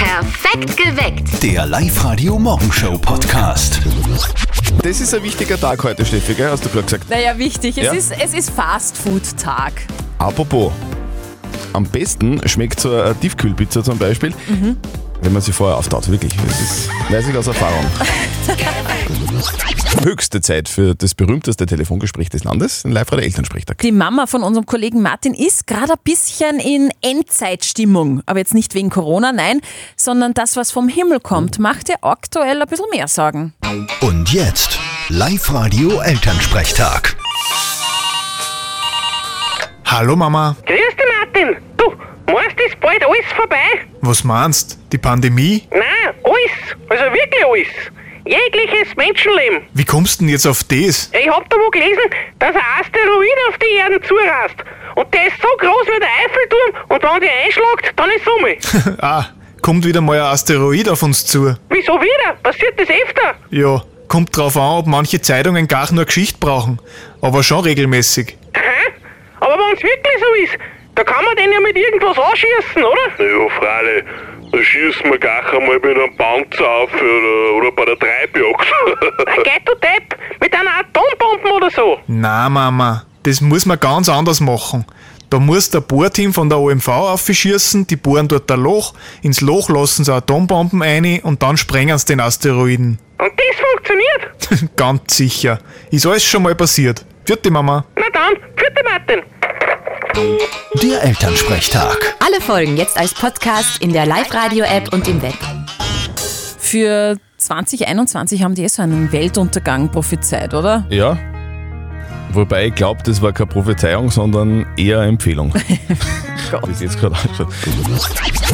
Perfekt geweckt. Der Live-Radio Morgenshow Podcast. Das ist ein wichtiger Tag heute, Steffi, gell? hast du gerade gesagt. Naja, wichtig. Es Ja. ist, es ist Fast-Food-Tag. Apropos, am besten schmeckt so eine Tiefkühlpizza zum Beispiel, Mhm. wenn man sie vorher auftaut, wirklich. Das ist, weiß ich aus Erfahrung. Höchste Zeit für das berühmteste Telefongespräch des Landes, ein live der Elternsprechtag. Die Mama von unserem Kollegen Martin ist gerade ein bisschen in Endzeitstimmung. Aber jetzt nicht wegen Corona, nein, sondern das, was vom Himmel kommt, macht ihr aktuell ein bisschen mehr Sorgen. Und jetzt Live-Radio Elternsprechtag. Hallo Mama, Grüß dich, Martin. Du, meinst du, ist bald alles vorbei? was meinst? Die Pandemie? Nein, alles. Also wirklich alles. Jegliches Menschenleben. Wie kommst denn jetzt auf das? Ich hab da wo gelesen, dass ein Asteroid auf die Erde zurast. Und der ist so groß wie der Eiffelturm und wenn der einschlagt, dann ist Summe. Ah, kommt wieder mal ein Asteroid auf uns zu. Wieso wieder? Passiert das öfter? Ja, kommt drauf an, ob manche Zeitungen gar nur Geschichte brauchen, aber schon regelmäßig. Hä? Aber wenn es wirklich so ist, da kann man den ja mit irgendwas anschießen, oder? Ja, Freilich. Da schießen wir gleich einmal mit einem Panzer auf oder, oder bei der Treibjagd. Ein Ghetto Depp mit einer Atombombe oder so. Na Mama, das muss man ganz anders machen. Da muss der Bohrteam von der OMV aufschießen, die bohren dort ein Loch, ins Loch lassen sie Atombomben ein und dann sprengen sie den Asteroiden. Und das funktioniert. ganz sicher. Ist alles schon mal passiert. Vierte Mama. Na dann, vierte Martin. Der Elternsprechtag. Alle Folgen jetzt als Podcast in der Live-Radio-App und im Web. Für 2021 haben die eh so einen Weltuntergang prophezeit, oder? Ja. Wobei ich glaube, das war keine Prophezeiung, sondern eher eine Empfehlung. Wie es jetzt gerade ausschaut.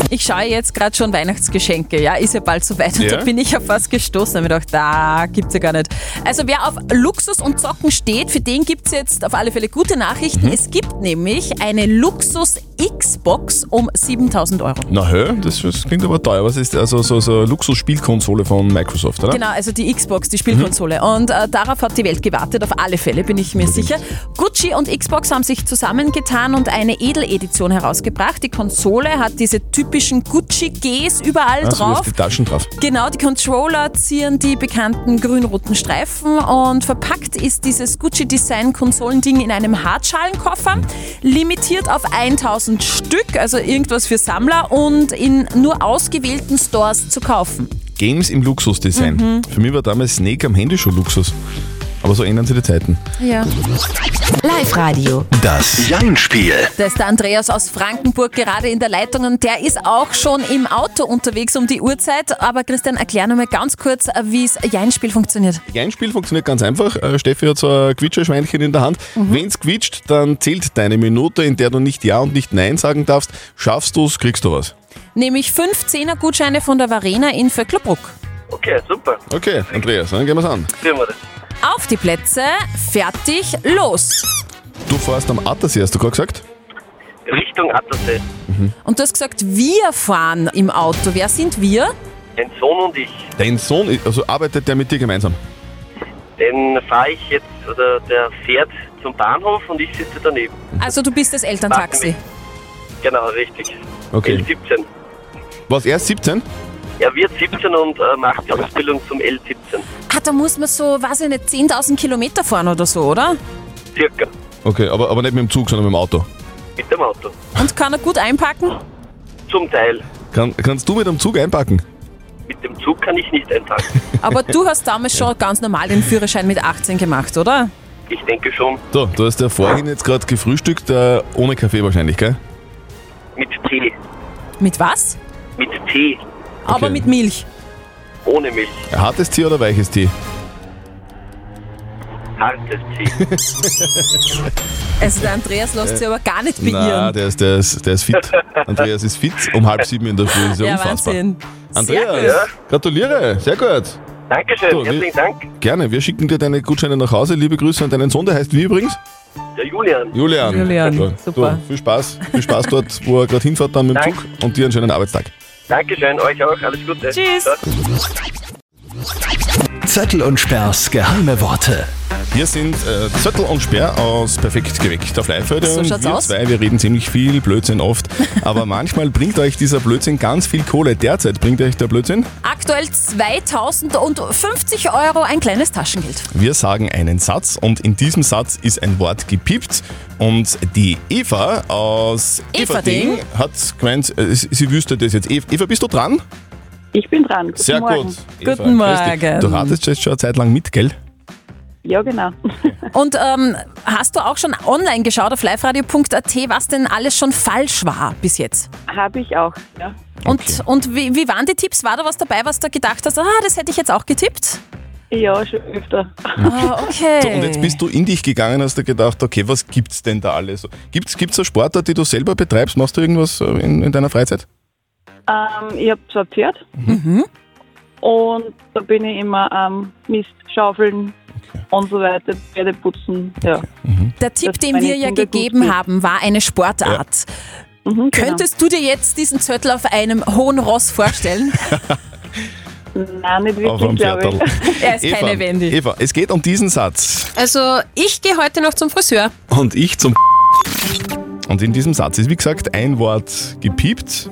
Ich schaue jetzt gerade schon Weihnachtsgeschenke, ja, ist ja bald soweit und Ja. da bin ich auf was gestoßen. Da habe ich gedacht, da gibt's ja gar nicht. Also wer auf Luxus und Zocken steht, für den gibt's jetzt auf alle Fälle gute Nachrichten. Es gibt nämlich eine Luxus-Xbox um 7000 Euro. Na hö, das, das klingt aber teuer. Was ist also so, so eine Luxus-Spielkonsole von Microsoft, oder? Genau, also die Xbox, die Spielkonsole. Und äh, darauf hat die Welt gewartet, auf alle Fälle, bin ich mir sicher. Gucci und Xbox haben sich zusammengetan und eine Edeledition herausgebracht. Die Konsole hat diese typischen Gucci-Gs überall Also, du drauf. hast die Taschen drauf. Genau, die Controller zieren die bekannten grün-roten Streifen und verpackt ist dieses Gucci-Design-Konsolending in einem Hartschalenkoffer, limitiert auf 1000 Stück, also irgendwas für Sammler und in nur ausgewählten Stores zu kaufen. Games im Luxusdesign. Für mich war damals Snake am Handy schon Luxus. Aber so ändern sich die Zeiten. Ja. Live-Radio. Das Jein-Spiel. Da ist der Andreas aus Frankenburg gerade in der Leitung und der ist auch schon im Auto unterwegs um die Uhrzeit. Aber Christian, erklär nochmal ganz kurz, wie das Jeinspiel funktioniert. Ein Spiel funktioniert ganz einfach. Äh, Steffi hat so ein Quitscherschweinchen in der Hand. Wenn's quietscht, dann zählt deine Minute, in der du nicht Ja und nicht Nein sagen darfst. Schaffst du's, kriegst du was. Nämlich fünf Zehner-Gutscheine von der Varena in Vöcklabruck. okay, super. Okay, Andreas, dann gehen wir's an. Sehen wir das. Auf die Plätze, fertig, los! Du fährst am Attersee, hast du gerade gesagt? Richtung Attersee. Und du hast gesagt, wir fahren im Auto. Wer sind wir? Den Sohn und ich, Dein Sohn, i- also arbeitet der mit dir gemeinsam? den fahre ich jetzt, oder der fährt zum Bahnhof und ich sitze daneben. Also du bist das Elterntaxi. Genau, richtig. Okay. L17. Was, er ist 17? Er wird 17 und äh, macht die Ausbildung zum L17. Ah, da muss man so, weiß ich nicht, 10.000 Kilometer fahren oder so, oder? Circa. Okay, aber, aber nicht mit dem Zug, sondern mit dem Auto. Mit dem Auto. Und kann er gut einpacken? Zum Teil. Kann, kannst du mit dem Zug einpacken? Mit dem Zug kann ich nicht eintragen. Aber du hast damals schon ganz normal den Führerschein mit 18 gemacht, oder? Ich denke schon, So, du hast ja vorhin jetzt gerade gefrühstückt, äh, ohne Kaffee wahrscheinlich, gell? mit Tee. Mit was? Mit Tee. Aber mit Milch. Ohne Milch. Hartes Tier oder weiches Tier? Hartes Tee. Also der Andreas Äh, lässt sich aber gar nicht Nein, beirren. der ist, der, ist, der ist fit. Andreas ist fit um halb sieben in der Früh. Ist ja, Ja, unfassbar. Wahnsinn. Andreas, Ja. gratuliere. Sehr gut. Dankeschön. Du, Herzlichen wir- Dank. Gerne. Wir schicken dir deine Gutscheine nach Hause. Liebe Grüße an deinen Sohn. Der heißt wie übrigens? Der Julian. Julian. Julian, Du, super. viel Spaß. Viel Spaß dort, wo er gerade hinfährt, dann mit dem Danke. Zug. Und dir einen schönen Arbeitstag. Dankeschön. Euch auch. Alles Gute. Tschüss. Ciao. Zettel und Sperrs geheime Worte. Hier sind äh, Zöttel und Sperr aus Perfekt geweckt auf Live-Radio. So und schaut's wir aus. zwei, wir reden ziemlich viel Blödsinn oft. Aber manchmal bringt euch dieser Blödsinn ganz viel Kohle. Derzeit bringt euch der Blödsinn. Aktuell 2050 Euro ein kleines Taschengeld. Wir sagen einen Satz und in diesem Satz ist ein Wort gepiept. Und die Eva aus Everding. Everding hat gemeint, äh, sie sie wüsste das jetzt. Ev- Eva, bist du dran? Ich bin dran. Guten Sehr Morgen. gut. Eva, Guten grüß dich. Morgen. Du hattest jetzt schon eine Zeit lang mit, gell? Ja, genau. Und ähm, hast du auch schon online geschaut auf liveradio.at, was denn alles schon falsch war bis jetzt? Habe ich auch. Ja. Und, und wie, wie waren die Tipps? War da was dabei, was du gedacht hast, ah, das hätte ich jetzt auch getippt? ja, schon öfter. Ah, okay. So, Und jetzt bist du in dich gegangen und hast dir gedacht, okay, was gibt's denn da alles? Gibt's, gibt's eine Sportart, die du selber betreibst? Machst du irgendwas äh, in, in deiner Freizeit? Ähm, ich habe so ein Pferd. Mhm. Und da bin ich immer am Mist schaufeln und so weiter, Pferde putzen. Ja. Der Tipp, dass den meine wir ja Kinder gut gegeben sind. haben, war eine Sportart. Mhm, Könntest du dir jetzt diesen Zettel auf einem hohen Ross vorstellen? genau. Nein, nicht Auf einem wirklich, glaube Pferdl. ich. er ist keine Wendy. Eva, es geht um diesen Satz. Also, ich gehe heute noch zum Friseur. Und ich zum Und in diesem Satz ist, wie gesagt, ein Wort gepiept.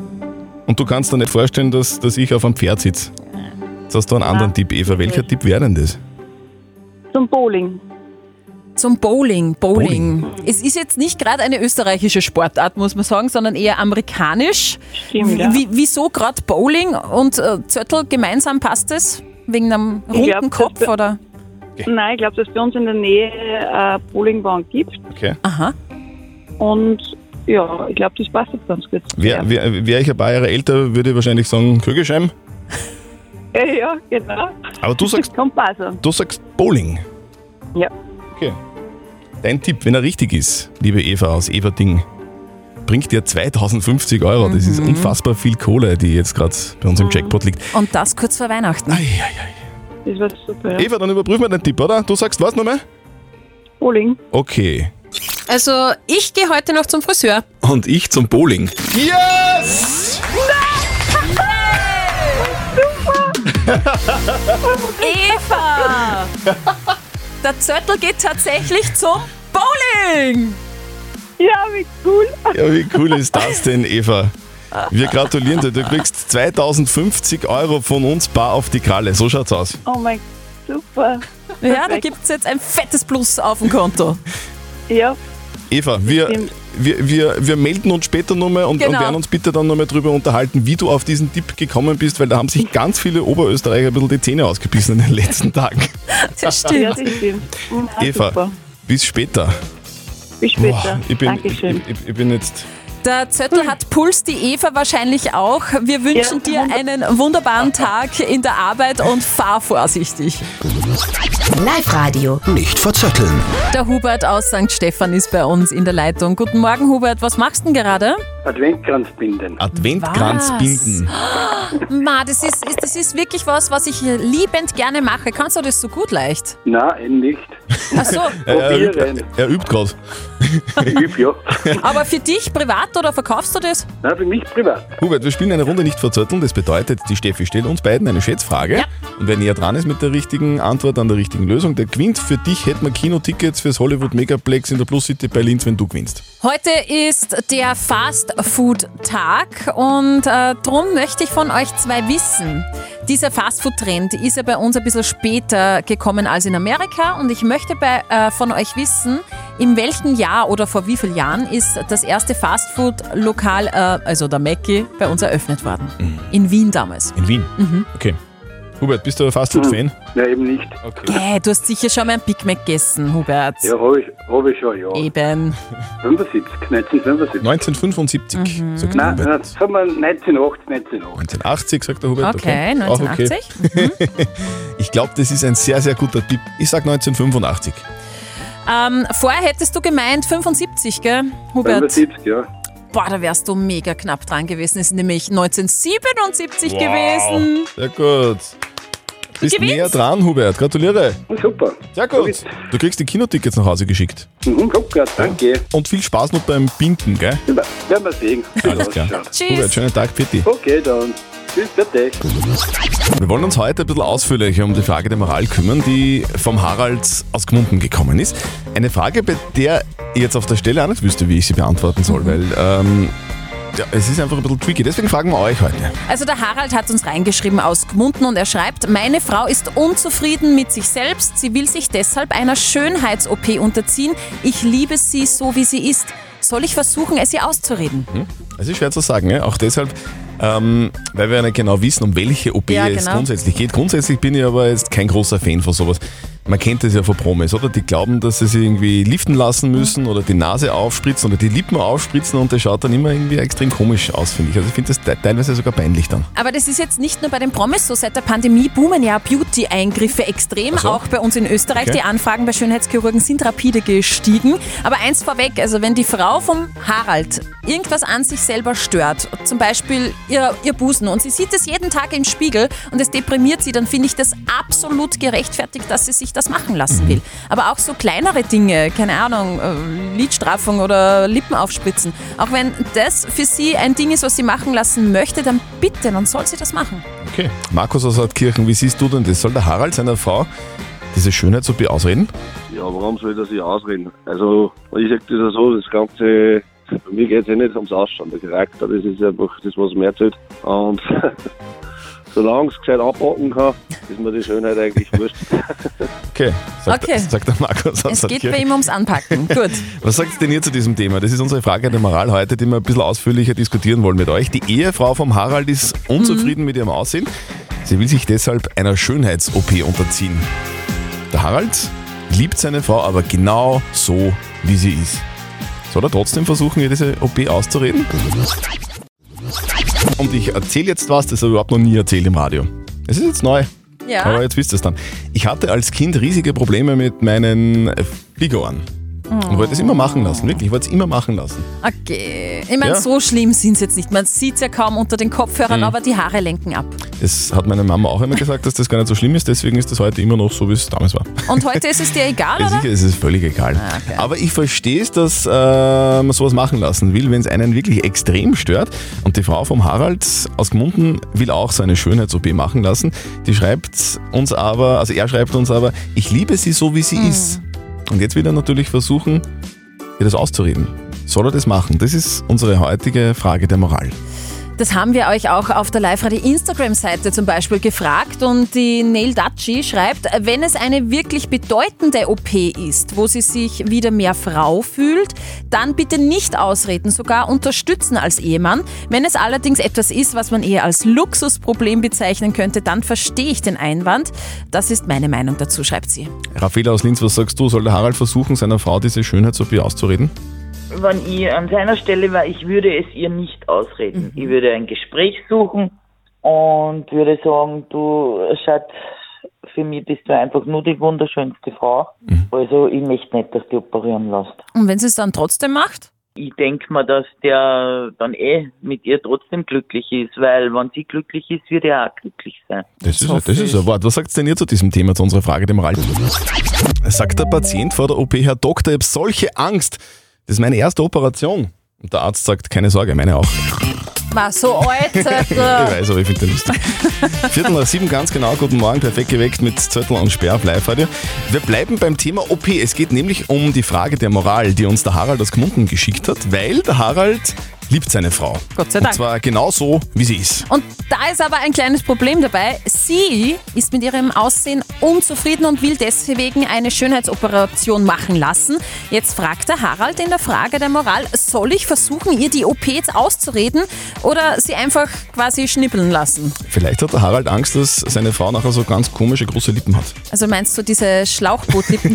Und du kannst dir nicht vorstellen, dass, dass ich auf einem Pferd sitze. Jetzt hast du einen anderen Tipp, Eva. Welcher Tipp wäre denn das? Zum Bowling. Zum Bowling. Bowling. Es ist jetzt nicht gerade eine österreichische Sportart, muss man sagen, sondern eher amerikanisch. Stimmt, ja. Wie, wieso gerade Bowling und äh, Zöttel gemeinsam passt es? Wegen einem Ich glaub, runden das Kopf be- oder? Nein, ich glaube, dass es bei uns in der Nähe eine Bowlingbahn gibt. Okay. Aha. Und ja, ich glaube, das passt jetzt ganz gut. Wäre wär, wär ich ein paar Jahre älter, würde ich wahrscheinlich sagen Kögelscheim. ja. ja, genau. Aber du sagst, Kommt passen. du sagst Bowling. Ja. Okay. Dein Tipp, wenn er richtig ist, liebe Eva aus Everding, bringt dir 2050 Euro. Das ist unfassbar viel Kohle, die jetzt gerade bei uns im Jackpot liegt. Und das kurz vor Weihnachten. Das war super. Ja. Eva, dann überprüfen wir den Tipp, oder? Du sagst was nochmal? Bowling. Okay. Also, ich gehe heute noch zum Friseur. Und ich zum Bowling. Yes! Eva! Der Zöttel geht tatsächlich zum Bowling! Ja, wie cool. Ja, wie cool ist das denn, Eva? Wir gratulieren dir. Du kriegst 2050 Euro von uns bar auf die Kralle. So schaut's aus. Oh mein Gott, super. Ja, da gibt es jetzt ein fettes Plus auf dem Konto. Ja, Eva, wir, Stimmt. wir, wir, wir melden uns später nochmal und, Genau. und werden uns bitte dann nochmal drüber unterhalten, wie du auf diesen Tipp gekommen bist, weil da haben sich ganz viele Oberösterreicher ein bisschen die Zähne ausgebissen in den letzten Tagen. Das ja, stimmt. das stimmt. Mhm, Ah, Eva, Super. bis später. Bis später. ich, bin, ich, Dankeschön. ich, ich bin jetzt. Der Zöttel hat Puls, die Eva wahrscheinlich auch. Wir wünschen Ja, dir einen wunderbaren Tag in der Arbeit und fahr vorsichtig. Live-Radio. Nicht verzetteln. Der Hubert aus St. Stephan ist bei uns in der Leitung. Guten Morgen, Hubert. Was machst du denn gerade? Adventkranz binden. Adventkranz Was? binden. Ma, das ist, ist, das ist wirklich was, was ich liebend gerne mache. Kannst du das so gut leicht? Nein, eh nicht. Ach so, Er übt, Probieren. er übt gerade. Ich übe ja. aber für dich privat oder verkaufst du das? Nein, für mich privat. Hubert, wir spielen eine Runde nicht verzötteln. Das bedeutet, die Steffi stellt uns beiden eine Schätzfrage. Und wer näher dran ist mit der richtigen Antwort an der richtigen Lösung, der gewinnt. Für dich hätten wir Kinotickets fürs Hollywood Megaplex in der Plus City bei Linz, wenn du gewinnst. Heute ist der Fast Food Tag und äh, darum möchte ich von euch zwei wissen. Dieser Fast Food Trend ist ja bei uns ein bisschen später gekommen als in Amerika und ich möchte bei, äh, von euch wissen, in welchem Jahr oder vor wie vielen Jahren ist das erste Fast Food Lokal, äh, also der Mackie, bei uns eröffnet worden. In Wien damals. In Wien? Mhm. Okay. Hubert, bist du Fastfood-Fan? Nein, eben nicht. Also- Äh, du hast sicher schon mal ein Big Mac gegessen, Hubert. Ja, habe ich, hab ich schon, ja. Eben. 75, 1975. 1975, Mhm. sagt der Nein, Hubert. nein, sagen wir 1980, 1980. 1980, sagt der Hubert. Okay, Auch 1980. Ich glaube, das ist ein sehr, sehr guter Tipp. Ich sag 1985. Ähm, vorher hättest du gemeint 75, gell, Hubert? 75, ja. Boah, da wärst du mega knapp dran gewesen. Ist nämlich 1977 gewesen. Sehr gut. Bist gewinnst. näher dran, Hubert. Gratuliere. Super. Sehr gut. Du kriegst die Kinotickets nach Hause geschickt. Mhm, guck, grad, danke. Und viel Spaß noch beim Binden, gell? Ja, Werden wir sehen. wie Alles das klar. ausschaut. Tschüss. Hubert, schönen Tag, Pitti. Okay, dann. Bis fertig. Wir wollen uns heute ein bisschen ausführlicher um die Frage der Moral kümmern, die vom Harald aus Gmunden gekommen ist. Eine Frage, bei der ich jetzt auf der Stelle auch nicht wüsste, wie ich sie beantworten soll, weil ähm, ja, es ist einfach ein bisschen tricky. Deswegen fragen wir euch heute. Also der Harald hat uns reingeschrieben aus Gmunden und er schreibt, meine Frau ist unzufrieden mit sich selbst, sie will sich deshalb einer Schönheits-OP unterziehen. Ich liebe sie so, wie sie ist. Soll ich versuchen, es ihr auszureden? Es ist schwer zu sagen, ja? auch deshalb, ähm, weil wir ja nicht genau wissen, um welche OP Ja, es genau. grundsätzlich geht. Grundsätzlich bin ich aber jetzt kein großer Fan von sowas. Man kennt das ja von Promis, oder? Die glauben, dass sie sich irgendwie liften lassen müssen Mhm. oder die Nase aufspritzen oder die Lippen aufspritzen und das schaut dann immer irgendwie extrem komisch aus, finde ich. Also ich finde das te- teilweise sogar peinlich dann. Aber das ist jetzt nicht nur bei den Promis so. Seit der Pandemie boomen ja Beauty-Eingriffe extrem. Ach so. Auch bei uns in Österreich. Okay. Die Anfragen bei Schönheitschirurgen sind rapide gestiegen. Aber eins vorweg, also wenn die Frau vom Harald irgendwas an sich selber stört, zum Beispiel ihr, ihr Busen, und sie sieht es jeden Tag im Spiegel und es deprimiert sie, dann finde ich das absolut gerechtfertigt, dass sie sich das machen lassen will. Aber auch so kleinere Dinge, keine Ahnung, äh, Lidstraffung oder Lippen aufspritzen, auch wenn das für sie ein Ding ist, was sie machen lassen möchte, dann bitte, dann soll sie das machen. Okay. Markus aus Hartkirchen, wie siehst du denn das? Soll der Harald seiner Frau diese Schönheits-OP ausreden? Ja, warum soll das sich ausreden? Also, ich sag das ja so, das Ganze, bei mir geht es ja eh nicht ums Ausschauen. Der Charakter, das ist einfach das, was mir zählt. Und solange es gescheit abpacken kann, ist mir die Schönheit eigentlich wurscht. Okay, sagt, Okay. sagt der Markus aus Es geht Hartkirchen. bei ihm ums Anpacken. Gut. Was sagt denn ihr zu diesem Thema? Das ist unsere Frage der Moral heute, die wir ein bisschen ausführlicher diskutieren wollen mit euch. Die Ehefrau vom Harald ist unzufrieden mit ihrem Aussehen. Sie will sich deshalb einer Schönheits-OP unterziehen. Der Harald liebt seine Frau aber genau so, wie sie ist. Soll er trotzdem versuchen, ihr diese OP auszureden? Und ich erzähle jetzt was, das er überhaupt noch nie erzählt im Radio. Es ist jetzt neu. Ja. Aber jetzt wisst ihr es dann. Ich hatte als Kind riesige Probleme mit meinen äh, Figuren. Und wollte es immer machen lassen, wirklich. Ich wollte es immer machen lassen. Okay. Ich Ja. meine, so schlimm sind es jetzt nicht. Man sieht es ja kaum unter den Kopfhörern, Mhm. aber die Haare lenken ab. Das hat meine Mama auch immer gesagt, dass das gar nicht so schlimm ist. Deswegen ist das heute immer noch so, wie es damals war. Und heute ist es dir egal, Ja, oder? sicher, es ist völlig egal. Aber ich verstehe es, dass äh, man sowas machen lassen will, wenn es einen wirklich extrem stört. Und die Frau vom Harald aus Gmunden will auch so eine Schönheits-OP machen lassen. Die schreibt uns aber, also er schreibt uns aber, ich liebe sie so, wie sie ist. Und jetzt will er natürlich versuchen, ihr das auszureden. Soll er das machen? Das ist unsere heutige Frage der Moral. Das haben wir euch auch auf der Live-Radio Instagram-Seite zum Beispiel gefragt und die Neil Dachi schreibt, wenn es eine wirklich bedeutende OP ist, wo sie sich wieder mehr Frau fühlt, dann bitte nicht ausreden, sogar unterstützen als Ehemann. Wenn es allerdings etwas ist, was man eher als Luxusproblem bezeichnen könnte, dann verstehe ich den Einwand. Das ist meine Meinung dazu, schreibt sie. Raffaela aus Linz, was sagst du? Soll der Harald versuchen, seiner Frau diese Schönheits-OP auszureden? Wenn ich an seiner Stelle war, ich würde es ihr nicht ausreden. Ich würde ein Gespräch suchen und würde sagen, du Schatz, für mich bist du einfach nur die wunderschönste Frau. Also ich möchte nicht, dass du operieren lässt. Und wenn sie es dann trotzdem macht? Ich denke mal, dass der dann eh mit ihr trotzdem glücklich ist, weil wenn sie glücklich ist, wird er auch glücklich sein. Das ist, das ist ein Wort. Was sagt denn ihr zu diesem Thema, zu unserer Frage der Moral? Sagt der Patient vor der OP, Herr Doktor, ich habe solche Angst. Das ist meine erste Operation. Und der Arzt sagt, keine Sorge, meine auch. War so alt. äh, ich weiß, aber ich finde den lustig. Viertel nach sieben, ganz genau. Guten Morgen, perfekt geweckt mit Zettel und Sperr auf Live-Radio. Wir bleiben beim Thema OP. Es geht nämlich um die Frage der Moral, die uns der Harald aus Gmunden geschickt hat, weil der Harald liebt seine Frau. Gott sei Dank. Und zwar genau so, wie sie ist. Und da ist aber ein kleines Problem dabei. Sie ist mit ihrem Aussehen unzufrieden und will deswegen eine Schönheitsoperation machen lassen. Jetzt fragt der Harald in der Frage der Moral, soll ich versuchen, ihr die OP jetzt auszureden oder sie einfach quasi schnippeln lassen? Vielleicht hat der Harald Angst, dass seine Frau nachher so ganz komische große Lippen hat. Also meinst du diese Schlauchbootlippen,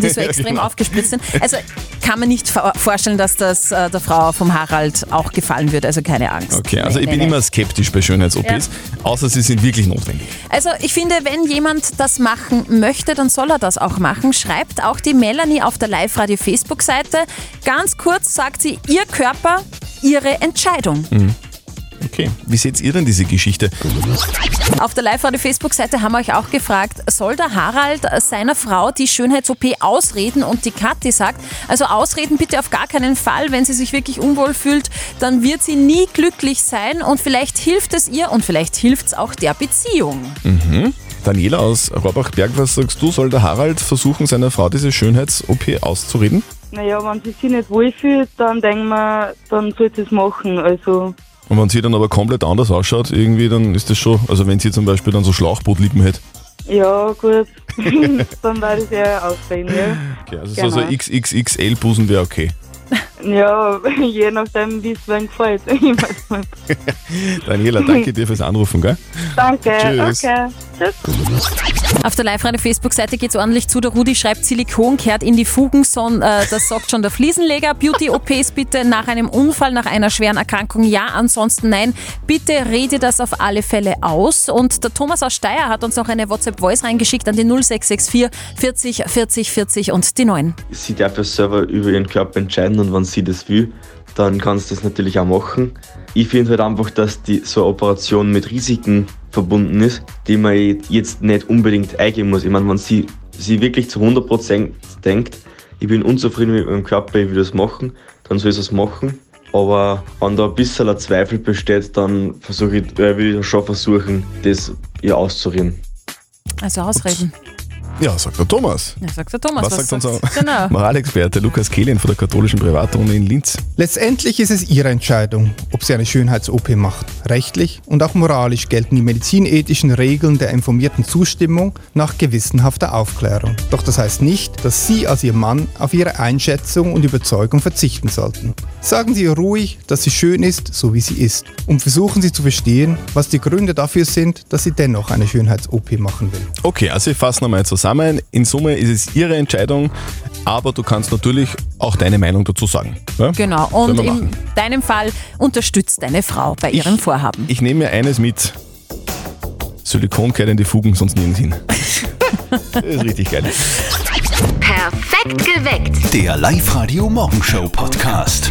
die so Ja, extrem genau. aufgespitzt sind? Also kann man nicht vor- vorstellen, dass das äh, der Frau vom Harald auch gefallen würde. Also keine Angst. Okay, also Nee, ich nee, bin nee. immer skeptisch bei Schönheits-OPs, außer sie sind wirklich notwendig. Also ich finde, wenn jemand das machen möchte, dann soll er das auch machen. Schreibt auch die Melanie auf der Live-Radio-Facebook-Seite. Ganz kurz sagt sie, ihr Körper, ihre Entscheidung. Okay. Wie seht ihr denn diese Geschichte? Auf der Live-Radio-Facebook-Seite haben wir euch auch gefragt, soll der Harald seiner Frau die Schönheits-OP ausreden? Und die Kathi sagt, also ausreden bitte auf gar keinen Fall. Wenn sie sich wirklich unwohl fühlt, dann wird sie nie glücklich sein und vielleicht hilft es ihr und vielleicht hilft es auch der Beziehung. Mhm. Daniela aus Rohrbach-Berg, was sagst du? Soll der Harald versuchen, seiner Frau diese Schönheits-OP auszureden? Naja, wenn sie sich nicht wohlfühlt, dann denken wir, dann sollte es machen. Also, Und wenn sie dann aber komplett anders ausschaut, irgendwie, dann ist das schon, also wenn sie zum Beispiel dann so Schlauchbootlippen hätte. ja, gut. dann war das ja aufregend, ja. Okay, also so, so XXXL-Busen wäre okay. Ja, je nachdem, wie es wem gefällt. Ich weiß nicht. Daniela, danke dir fürs Anrufen, gell? Danke, Tschüss. danke. Tschüss. Auf der Live-Radio-Facebook-Seite geht es ordentlich zu. Der Rudi schreibt, Silikon kehrt in die Fugen. Son, äh, das sagt schon der Fliesenleger. Beauty-OPs bitte nach einem Unfall, nach einer schweren Erkrankung ja, ansonsten nein. Bitte rede das auf alle Fälle aus. Und der Thomas aus Steyr hat uns noch eine WhatsApp-Voice reingeschickt an die 0664 40 40 40 und die 9. Sie darf ja selber über ihren Körper entscheiden und wenn sie das will, dann kann sie das natürlich auch machen. Ich finde halt einfach, dass die, so eine Operation mit Risiken verbunden ist, die man jetzt nicht unbedingt eingehen muss. Ich meine, wenn sie, sie wirklich zu 100% denkt, ich bin unzufrieden mit meinem Körper, ich will das machen, dann soll sie es machen. Aber wenn da ein bisschen ein Zweifel besteht, dann versuche ich, äh, will ich schon versuchen, das ihr auszureden. Also ausreden. Ja, sagt der Thomas. Ja, sagt der Thomas. was, sagt unser sagt's? Genau. Moralexperte Lukas Kehlin von der katholischen Privatuni in Linz? Letztendlich ist es ihre Entscheidung, ob sie eine Schönheits-OP macht. Rechtlich und auch moralisch gelten die medizinethischen Regeln der informierten Zustimmung nach gewissenhafter Aufklärung. Doch das heißt nicht, dass Sie als Ihr Mann auf Ihre Einschätzung und Überzeugung verzichten sollten. Sagen Sie ihr ruhig, dass sie schön ist, so wie sie ist. Und versuchen Sie zu verstehen, was die Gründe dafür sind, dass sie dennoch eine Schönheits-OP machen will. Okay, also ich fasse nochmal zusammen. In Summe ist es ihre Entscheidung, aber du kannst natürlich auch deine Meinung dazu sagen. Ja? Genau. Sollen Und wir in machen. deinem Fall unterstützt deine Frau bei ihrem Vorhaben. Ich nehme mir eines mit. Silikon kehrt in die Fugen, sonst nirgends hin. das ist richtig geil. Perfekt geweckt. Der Live-Radio Morgenshow Podcast.